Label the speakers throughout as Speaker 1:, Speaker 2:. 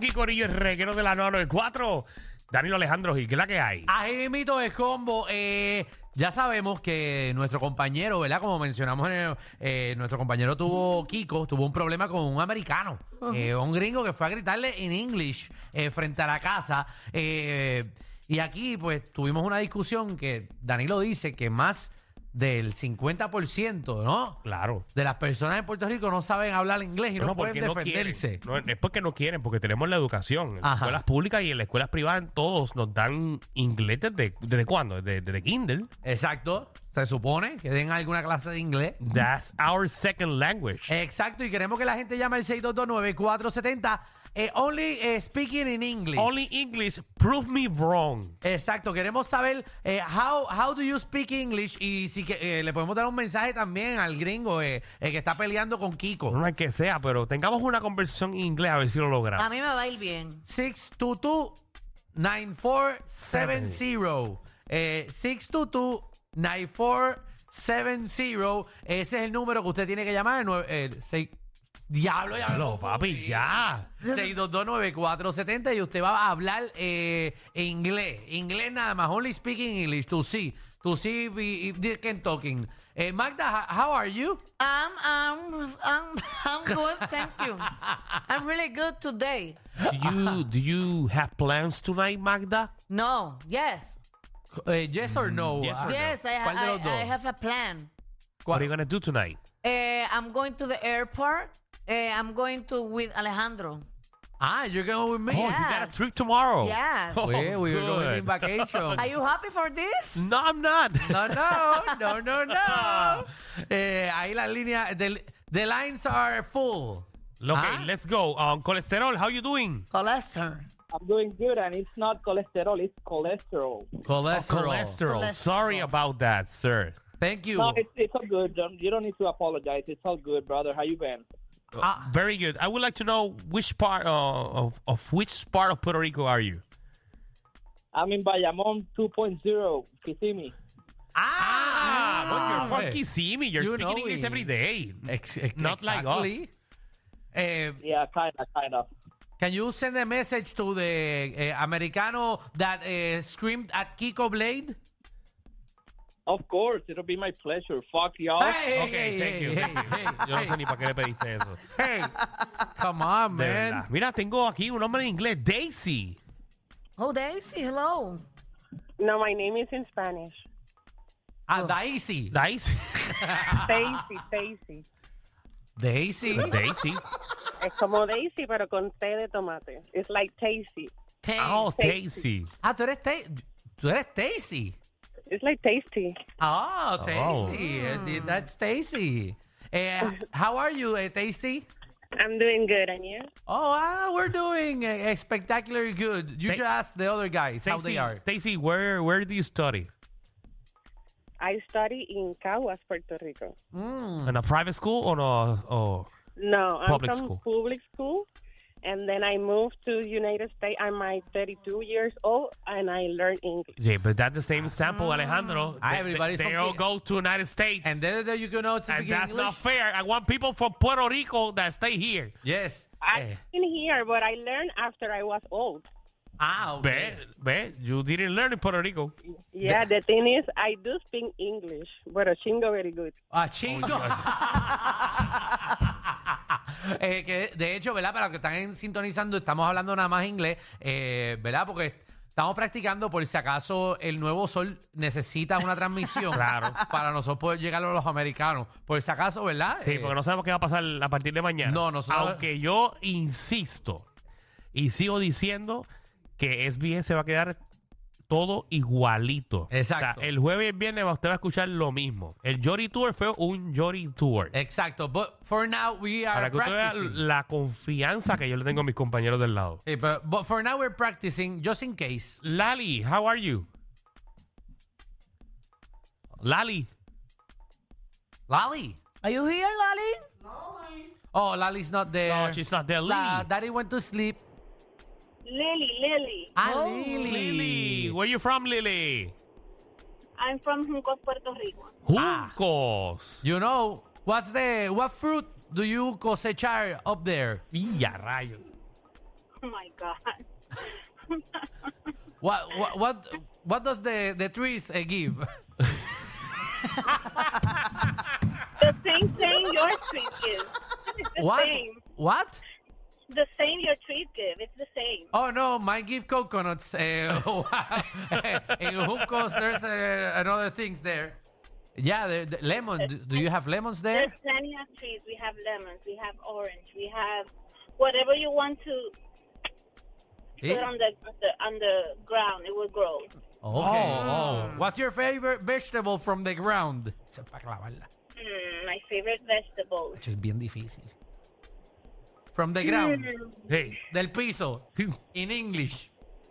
Speaker 1: Aquí Corillo, el reguero de la 994. Danilo Alejandro Gil, ¿qué es la que hay?
Speaker 2: Ahí mito es combo. eh, ya sabemos que nuestro compañero, ¿verdad? Como mencionamos, en el- eh, nuestro compañero tuvo Kiko, tuvo un problema con un americano, eh, un gringo que fue a gritarle en English eh, frente a la casa. eh, y aquí, pues, tuvimos una discusión que Danilo dice que más del 50%, ¿no?
Speaker 1: Claro.
Speaker 2: De las personas en Puerto Rico no saben hablar inglés y no, pueden defenderse.
Speaker 1: No quieren. No, es porque no quieren, porque tenemos la educación. En las
Speaker 2: Ajá.
Speaker 1: escuelas públicas y en las escuelas privadas en todos nos dan inglés desde, ¿desde cuándo? Desde, desde Kindle.
Speaker 2: Exacto. Se supone que den alguna clase de inglés.
Speaker 1: That's our second
Speaker 2: Eh,
Speaker 1: language.
Speaker 2: Exacto, y queremos que la gente llame al 6229470. eh, only eh, speaking in English.
Speaker 1: Only English, prove me wrong.
Speaker 2: Exacto, queremos saber eh, how, how do you speak English y si que, eh, le podemos dar un mensaje también al gringo eh, eh, que está peleando con Kiko.
Speaker 1: No es que sea, pero tengamos una conversación en inglés a ver si lo
Speaker 3: A
Speaker 1: logramos.
Speaker 3: mí me va a ir bien.
Speaker 2: 622-9470. Eh, 622-9470. Ese es el número que usted tiene que llamar. nue- eh, seis- diablo, ya
Speaker 1: Lo, papi, ya.
Speaker 2: 6229470 y usted va a hablar eh, inglés. Inglés nada más. Only speaking English. To see. To see if, we- if they can talking. Eh, Magda, ho- how are you?
Speaker 3: I'm, I'm, I'm, I'm good, thank you. I'm really good today.
Speaker 1: Do you, do you have plans tonight, Magda?
Speaker 3: No, yes,
Speaker 2: Eh, yes or no?
Speaker 1: Mm,
Speaker 2: Ah,
Speaker 1: yes or-
Speaker 3: yes, I,
Speaker 2: ¿Cuál de los
Speaker 3: I,
Speaker 2: dos?
Speaker 3: I have a plan.
Speaker 1: What are you
Speaker 2: ¿Cuál?
Speaker 1: gonna do tonight?
Speaker 3: Eh, I'm going to the airport. Eh, I'm going to with Alejandro.
Speaker 2: Ah, you're going with me.
Speaker 1: Oh,
Speaker 3: Yeah.
Speaker 1: you got a trip tomorrow.
Speaker 3: Yes.
Speaker 1: Oh,
Speaker 2: Yeah, we were going
Speaker 1: good.
Speaker 2: in vacation.
Speaker 3: Are you happy for this?
Speaker 1: No, I'm not.
Speaker 2: No, no, no, no, no. Eh, ahí las líneas. The, the lines are full.
Speaker 1: Okay,
Speaker 2: Ah.
Speaker 1: let's go. Um, cholesterol, how you doing?
Speaker 3: Oh, Cholesterol.
Speaker 4: I'm doing good, and it's not cholesterol, it's cholesterol.
Speaker 2: Cholesterol.
Speaker 1: Oh,
Speaker 3: Cholesterol.
Speaker 1: Sorry about that, sir.
Speaker 2: Thank you.
Speaker 4: No, it's, it's all good. Don't, you don't need to apologize. It's all good, brother. How you been?
Speaker 2: Ah,
Speaker 1: Very good. I would like to know which part uh, of of which part of Puerto Rico are you?
Speaker 4: I'm in Bayamon 2.0, Kissimmee.
Speaker 1: Ah, but you're
Speaker 2: hombre.
Speaker 1: from Kissimmee. You're
Speaker 2: You know
Speaker 1: speaking English
Speaker 2: it.
Speaker 1: every day.
Speaker 2: eh. Ex- ex-
Speaker 1: Not like us.
Speaker 2: exactly. Eh,
Speaker 4: Yeah, kind of, kind of.
Speaker 2: can you send a message to the eh, Americano that eh, screamed at Kiko Blade?
Speaker 4: Of course, it'll be my pleasure. Fuck y'all.
Speaker 1: okay, thank you.
Speaker 2: hey,
Speaker 1: thank you.
Speaker 2: hey,
Speaker 1: Yo no
Speaker 2: hey,
Speaker 1: sé ni para qué le pediste eso.
Speaker 2: hey. Come on,
Speaker 1: De
Speaker 2: man.
Speaker 1: verdad. Mira, tengo aquí un hombre en inglés, Daisy.
Speaker 3: Oh, Daisy, hello.
Speaker 5: No, my name is in Spanish.
Speaker 2: Ah, Daisy.
Speaker 1: Daisy.
Speaker 5: Daisy, Daisy.
Speaker 2: Daisy.
Speaker 1: Daisy.
Speaker 5: Es como Daisy, pero con té de tomate. It's like tasty.
Speaker 1: Oh,
Speaker 5: Daisy.
Speaker 1: Daisy.
Speaker 2: Ah, tú eres, Ta- tú eres Daisy.
Speaker 5: It's like tasty.
Speaker 2: Oh, Daisy. Eh, That's Daisy. Eh, how are you, eh, Daisy?
Speaker 5: I'm doing good, and you?
Speaker 2: Oh, ah, we're doing eh, spectacularly good. You
Speaker 1: Ta-
Speaker 2: should ask the other guys how
Speaker 1: Daisy,
Speaker 2: they are.
Speaker 1: Daisy, where where do you study?
Speaker 5: I study in Caguas, Puerto Rico.
Speaker 1: In a private school or no? Or
Speaker 5: No, I'm
Speaker 1: Public
Speaker 5: from
Speaker 1: school.
Speaker 5: public school, and then I moved to United States. I'm like 32 years old, and I learn English.
Speaker 1: Yeah, but that's the same sample, Alejandro.
Speaker 2: Ah,
Speaker 1: They-
Speaker 2: everybody's
Speaker 1: they, they
Speaker 2: from
Speaker 1: all
Speaker 2: Ki-
Speaker 1: go to United States,
Speaker 2: And then there you can know it's
Speaker 1: And
Speaker 2: speaking
Speaker 1: that's
Speaker 2: English.
Speaker 1: not fair. I want people from Puerto Rico that stay here.
Speaker 2: Yes.
Speaker 5: I'm
Speaker 2: Eh,
Speaker 5: here, but I learned after I was old.
Speaker 2: ah,
Speaker 1: Ve,
Speaker 2: okay.
Speaker 1: ve, you didn't learn in Puerto Rico.
Speaker 5: Yeah, the thing is, I do speak English, but a chingo very good.
Speaker 2: Ah, chingo.
Speaker 1: Oh,
Speaker 2: Eh, que de hecho, ¿verdad? Para los que están en- sintonizando, estamos hablando nada más inglés, eh, ¿verdad? Porque estamos practicando por si acaso el nuevo sol necesita una transmisión.
Speaker 1: Claro.
Speaker 2: Para nosotros poder llegar a los americanos. Por si acaso, ¿verdad?
Speaker 1: Sí,
Speaker 2: Eh,
Speaker 1: porque no sabemos qué va a pasar a partir de mañana.
Speaker 2: No, nosotros-
Speaker 1: Aunque yo insisto y sigo diciendo que SBS se va a quedar todo igualito.
Speaker 2: Exacto.
Speaker 1: O sea, el jueves y el viernes usted va a escuchar lo mismo. El Jory Tour fue un Jory Tour.
Speaker 2: Eh, Exacto. But for now, we
Speaker 1: Para
Speaker 2: are
Speaker 1: que usted vea
Speaker 2: practicing.
Speaker 1: la confianza que yo le tengo a mis compañeros del lado.
Speaker 2: Sí, pero- but for now, we're practicing just in case.
Speaker 1: Lali, how are you? Lali.
Speaker 2: Lali.
Speaker 3: Are you here, Lali?
Speaker 2: Oh, Lali's not there.
Speaker 1: No, she's not there.
Speaker 2: La-
Speaker 1: Lily.
Speaker 2: Daddy went to sleep.
Speaker 5: Lily, Lily.
Speaker 2: Ah,
Speaker 3: Oh,
Speaker 2: Lily.
Speaker 1: Lily, where you from, Lily?
Speaker 5: I'm from Juncos, Puerto Rico.
Speaker 1: Juncos.
Speaker 2: You know, what's the what fruit do you cosechar up there?
Speaker 1: Y a rayo.
Speaker 6: Oh my God.
Speaker 2: What what what, what does the the trees uh, give?
Speaker 6: The same thing your treat gives. It's the
Speaker 2: What
Speaker 6: same.
Speaker 2: what?
Speaker 6: The same your treat give. It's the same.
Speaker 2: Oh no, my give coconuts. Uh, in Humcos, there's uh, another things there. Yeah, the, the lemon. Do- Do you have lemons
Speaker 6: There's
Speaker 2: there?
Speaker 6: plenty of trees. We have lemons. We have orange. We have whatever you want to put
Speaker 2: Eh?
Speaker 6: on the, on the on the ground. It will grow.
Speaker 2: Okay. Oh, What's your favorite vegetable from the ground? Esa es pa' clavarla.
Speaker 6: Mm, my favorite vegetables.
Speaker 2: Eso es bien difícil. From the ground,
Speaker 6: Mm.
Speaker 1: Hey.
Speaker 2: del piso, in English.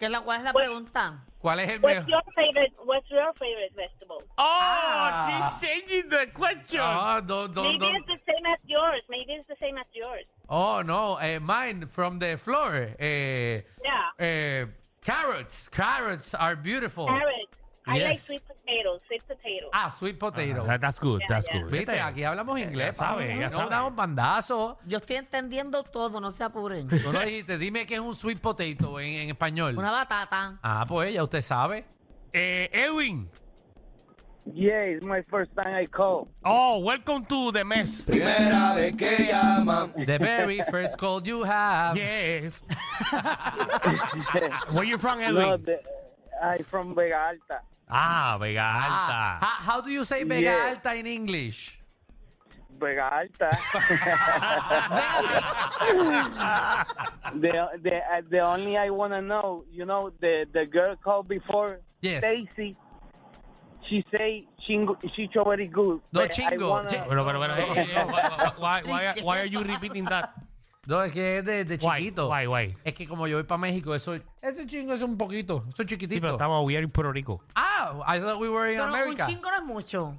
Speaker 3: ¿Qué la, ¿Cuál es la pregunta?
Speaker 2: ¿Cuál es el
Speaker 6: What's
Speaker 2: mejor?
Speaker 6: your favorite? What's your favorite vegetable?
Speaker 1: Oh, she's changing the question.
Speaker 2: Oh, don't, don't,
Speaker 6: Maybe
Speaker 2: don't.
Speaker 6: it's the same as yours. Maybe it's the same as yours.
Speaker 2: oh no, eh, mine from the floor. Eh,
Speaker 6: Yeah.
Speaker 2: eh, carrots, carrots are beautiful.
Speaker 6: Carrots. I like
Speaker 2: Oh. Yes.
Speaker 6: sweet potatoes. Sweet potatoes.
Speaker 2: Ah, sweet potato.
Speaker 1: That- that's good, that's
Speaker 6: yeah.
Speaker 1: good.
Speaker 2: Viste, aquí hablamos inglés,
Speaker 1: sabe,
Speaker 2: papi.
Speaker 1: ya
Speaker 2: no
Speaker 1: sabe.
Speaker 2: damos bandazo.
Speaker 3: Yo estoy entendiendo todo, no se apuren.
Speaker 2: Tú no dijiste, dime qué es un sweet potato en, en español.
Speaker 3: Una batata.
Speaker 2: Ah, pues ya usted sabe.
Speaker 1: Eh, Edwin.
Speaker 4: Yeah, it's my first time I call.
Speaker 1: Oh, welcome to the mess.
Speaker 7: Primera vez que llaman.
Speaker 2: The very first call you have.
Speaker 1: Yes. Where you from,
Speaker 4: No,
Speaker 1: Edwin?
Speaker 4: the, I'm from Vega Alta.
Speaker 1: Ah, Vega
Speaker 2: Ah,
Speaker 1: Alta.
Speaker 2: ho- how, do you say Vega
Speaker 4: Yeah.
Speaker 2: Alta in English?
Speaker 4: Vega Alta. the the uh, the only I wanna know, you know, the the girl called before,
Speaker 2: Yes.
Speaker 4: Stacy. She say chingo, she show very good.
Speaker 2: No,
Speaker 4: but I
Speaker 2: chingo.
Speaker 4: wanna-
Speaker 2: Chi-
Speaker 1: Pero, pero, pero, hey, hey, why, why, why, why are you repeating that?
Speaker 2: No, es que es de, de
Speaker 1: Why,
Speaker 2: chiquito.
Speaker 1: why, why?
Speaker 2: Es que como yo voy para México, eso, ese chingo es un poquito. Eso es
Speaker 1: Sí, pero
Speaker 2: chiquitito.
Speaker 1: estamos, we are in Puerto Rico.
Speaker 2: ah, I thought we were in
Speaker 3: Pero
Speaker 2: America.
Speaker 3: un chingo no es mucho.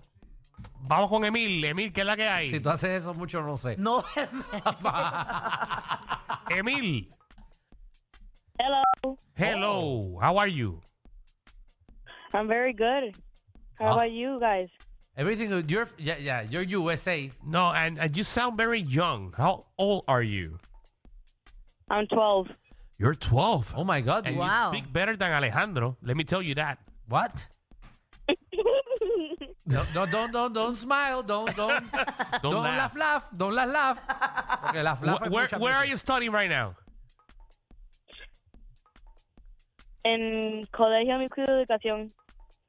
Speaker 1: Vamos con Emil. Emil, ¿qué es la que hay?
Speaker 2: Si tú haces eso mucho, no sé.
Speaker 3: No,
Speaker 1: Emil,
Speaker 5: Hello.
Speaker 1: hello.
Speaker 2: Oh.
Speaker 1: How are you?
Speaker 5: I'm very good. How
Speaker 2: Ah.
Speaker 5: about you guys?
Speaker 2: Everything, good. you're, yeah, yeah, you're USA.
Speaker 1: No, and, and you sound very young. How old are you?
Speaker 5: I'm 12.
Speaker 1: You're 12.
Speaker 2: Oh my God.
Speaker 1: and
Speaker 2: you-
Speaker 3: Wow.
Speaker 1: you speak better than Alejandro. Let me tell you that.
Speaker 2: What? No, no, don't, don't, don't smile. Don't, don't, don't,
Speaker 1: laugh.
Speaker 2: laugh. laugh. Don't laugh, laugh. Porque la laugh
Speaker 1: Wh-
Speaker 2: es
Speaker 1: where
Speaker 2: mucha
Speaker 1: where
Speaker 2: cosa.
Speaker 1: are you studying right now?
Speaker 5: En Colegio Mixto de Educación.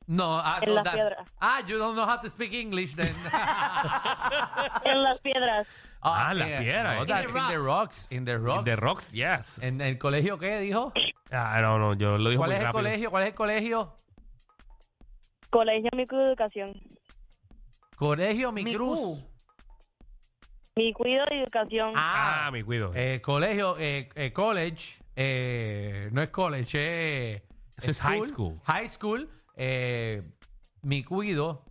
Speaker 2: No, ah,
Speaker 5: En
Speaker 2: no,
Speaker 5: Las
Speaker 2: that-
Speaker 5: Piedras.
Speaker 2: Ah, you don't know how to speak English then. Ah,
Speaker 5: En Las Piedras.
Speaker 1: Ah, Las Piedras.
Speaker 2: No,
Speaker 1: In
Speaker 2: that's
Speaker 3: the
Speaker 2: in the rocks. In the rocks.
Speaker 1: The Rocks, yes.
Speaker 2: ¿En el colegio qué dijo?
Speaker 1: I don't know, yo lo dijo
Speaker 2: ¿Cuál
Speaker 1: muy
Speaker 2: es el
Speaker 1: rápido.
Speaker 2: colegio? ¿Cuál es el colegio?
Speaker 5: Colegio Mixto de Educación.
Speaker 2: Colegio Mi,
Speaker 3: Mi
Speaker 2: Cruz.
Speaker 3: Q.
Speaker 5: Mi cuido de educación.
Speaker 1: Ah, mi cuido.
Speaker 2: Eh, colegio, eh, eh, college, eh, no es college, eh,
Speaker 1: Eso es high school.
Speaker 2: High school, eh, mi cuido,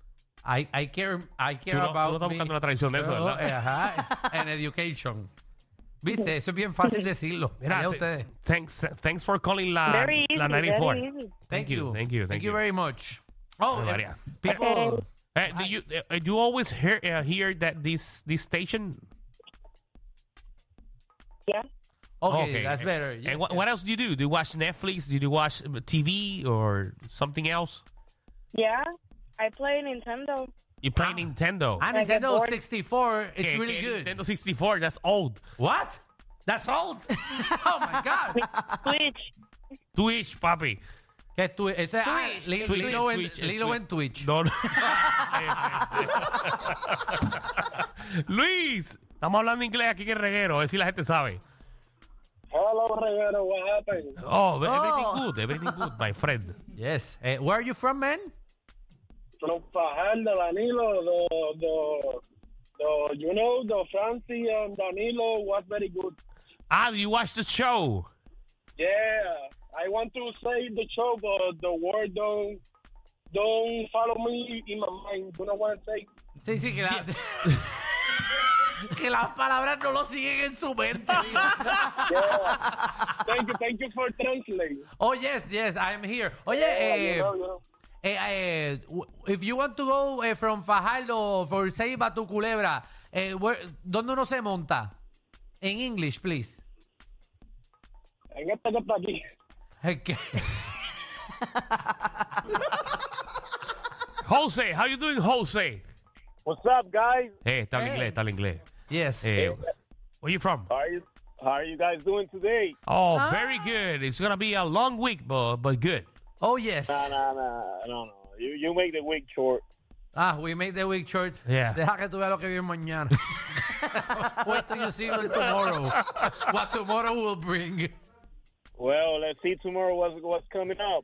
Speaker 2: I, I care, I
Speaker 1: tú,
Speaker 2: care
Speaker 1: no, tú no
Speaker 2: about
Speaker 1: estás
Speaker 2: me.
Speaker 1: buscando la tradición de eso,
Speaker 2: Pero,
Speaker 1: ¿verdad?
Speaker 2: eh, ajá, and education. Viste, eso es bien fácil decirlo. Mira,
Speaker 1: Mira,
Speaker 2: allá
Speaker 1: th-
Speaker 2: ustedes.
Speaker 1: Thanks, thanks for calling la,
Speaker 5: very easy.
Speaker 1: la 94.
Speaker 5: Very easy.
Speaker 1: Thank you, thank you, thank you.
Speaker 2: very much. Oh,
Speaker 1: Ay,
Speaker 2: eh,
Speaker 1: María.
Speaker 2: people,
Speaker 1: Eh, do you eh, do you always hear uh, hear that this this station?
Speaker 5: Yeah.
Speaker 2: okay, that's
Speaker 1: Eh,
Speaker 2: better.
Speaker 1: And
Speaker 2: Yeah.
Speaker 1: what, what else do you do? Do you watch Netflix? Do you watch uh, TV or something else?
Speaker 5: Yeah. I play Nintendo.
Speaker 1: You play Nintendo.
Speaker 2: Ah,
Speaker 5: I get
Speaker 2: Nintendo
Speaker 5: bored.
Speaker 2: 64, it's
Speaker 1: Eh,
Speaker 2: really
Speaker 1: eh,
Speaker 2: good.
Speaker 1: Nintendo 64, that's old.
Speaker 2: What? That's old. oh my God.
Speaker 5: Switch.
Speaker 1: Twitch, papi.
Speaker 2: ¿Qué es Twitch? Ese, ah, Li-
Speaker 1: Twitch,
Speaker 2: Lilo, en,
Speaker 1: Twitch,
Speaker 2: Lilo
Speaker 1: Twitch.
Speaker 2: en Twitch.
Speaker 1: No, no. Luis, estamos hablando inglés aquí que reguero, a ver si la gente sabe.
Speaker 4: Hello, Rivero. What happened?
Speaker 1: Oh, everything
Speaker 3: Oh.
Speaker 1: good, everything good, my friend.
Speaker 2: Yes. Eh, where are you from, man?
Speaker 4: From Fajardo, Danilo, the, the, the, you know, the Francie and Danilo was very good.
Speaker 1: Ah, you watch the show?
Speaker 4: Yeah, I want to say the show, but the word don't don't follow me in my mind. You know what I'm saying?
Speaker 2: Sí, sí, que, la- que las palabras no lo siguen en su mente.
Speaker 4: Yeah. thank you, thank you for translating.
Speaker 2: oh, yes, yes, I'm here. Oye,
Speaker 4: you
Speaker 2: eh,
Speaker 4: know, you know.
Speaker 2: eh, eh, w- if you want to go eh, from Fajardo, for Ceiba to Culebra, eh, where- ¿dónde uno se monta? En English, please.
Speaker 4: en este que está aquí.
Speaker 2: Es que-
Speaker 1: Jose, how you doing, Jose?
Speaker 4: What's up, guys?
Speaker 1: Eh, está en inglés, está en inglés.
Speaker 2: yes.
Speaker 1: Eh, where you from?
Speaker 4: How are you, how are you guys doing today?
Speaker 1: Oh, very good. It's gonna be a long week, but but good.
Speaker 2: oh, yes.
Speaker 4: Nah, nah, nah, no, no. You, you make the week short.
Speaker 2: Ah, we made the week short.
Speaker 1: Yeah.
Speaker 2: Deja que tú veas lo que viene mañana. What do you see on tomorrow? What tomorrow will bring.
Speaker 4: Well, let's see tomorrow what's, what's coming up.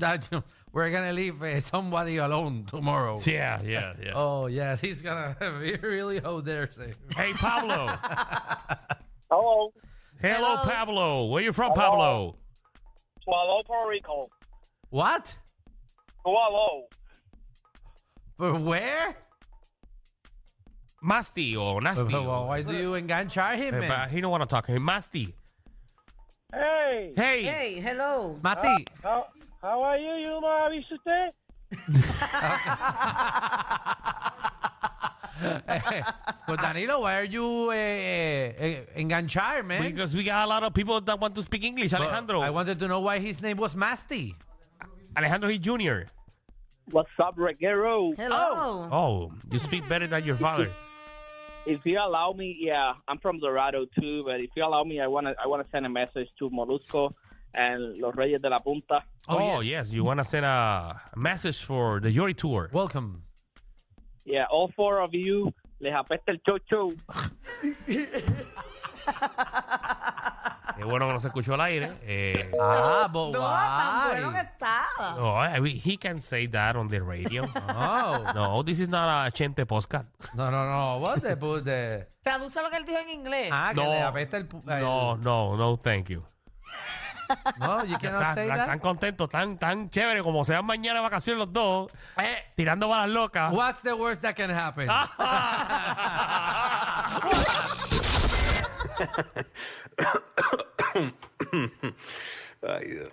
Speaker 2: That you- we're gonna leave eh, somebody alone tomorrow.
Speaker 1: Yeah, yeah, yeah.
Speaker 2: Oh yes, he's gonna be really out there. Say.
Speaker 1: Hey, Pablo. Hello,
Speaker 4: Hello.
Speaker 3: Hello.
Speaker 1: Pablo. Where you from, Pablo?
Speaker 4: Hello. Hello, Puerto Rico.
Speaker 2: What?
Speaker 4: Hello.
Speaker 2: But where?
Speaker 1: Masti or Nasty.
Speaker 2: Well,
Speaker 1: or-
Speaker 2: why do you enganchar him,
Speaker 1: Eh, but
Speaker 2: man?
Speaker 1: he don't want to talk. Hey, Masti.
Speaker 4: Hey,
Speaker 1: Hey.
Speaker 3: Hey, hello.
Speaker 2: Mati.
Speaker 4: how, how are you? You know how you stay?
Speaker 2: But eh, Danilo, why are you eh, eh, enganchar, man?
Speaker 1: Because we got a lot of people that want to speak English.
Speaker 2: But
Speaker 1: Alejandro.
Speaker 2: I wanted to know why his name was Masti.
Speaker 1: Alejandro, he Jr.
Speaker 4: What's up, Reguero?
Speaker 3: Hello.
Speaker 1: Oh, you speak better than your father.
Speaker 8: if you allow me, yeah, I'm from Dorado too, but if you allow me, I wanna I wanna send a message to Molusco and Los Reyes de la Punta.
Speaker 1: Oh, yes. You want to send a message for the Yori tour.
Speaker 2: Welcome.
Speaker 8: Yeah, all four of you, les apesta el chocho.
Speaker 1: Qué Eh, bueno que no se escuchó al aire. Eh,
Speaker 2: Ah, but
Speaker 3: No, tan bueno que
Speaker 2: why?
Speaker 3: estaba.
Speaker 1: no, I mean, he can say that on the radio.
Speaker 2: Oh.
Speaker 1: no, this is not a Chente podcast.
Speaker 2: No, no, no. What the, but the...
Speaker 3: Traduce lo que él dijo en inglés.
Speaker 2: Ah, que
Speaker 1: No.
Speaker 2: le apesta el... pu- el-
Speaker 1: No, no, no, thank you.
Speaker 2: No, you
Speaker 1: Ya
Speaker 2: cannot
Speaker 1: está-
Speaker 2: say
Speaker 1: ya Están
Speaker 2: that.
Speaker 1: contentos, tan, tan chévere como se van mañana de vacaciones los dos, tirando balas locas.
Speaker 2: What's the worst that can happen?
Speaker 9: Ay, Dios.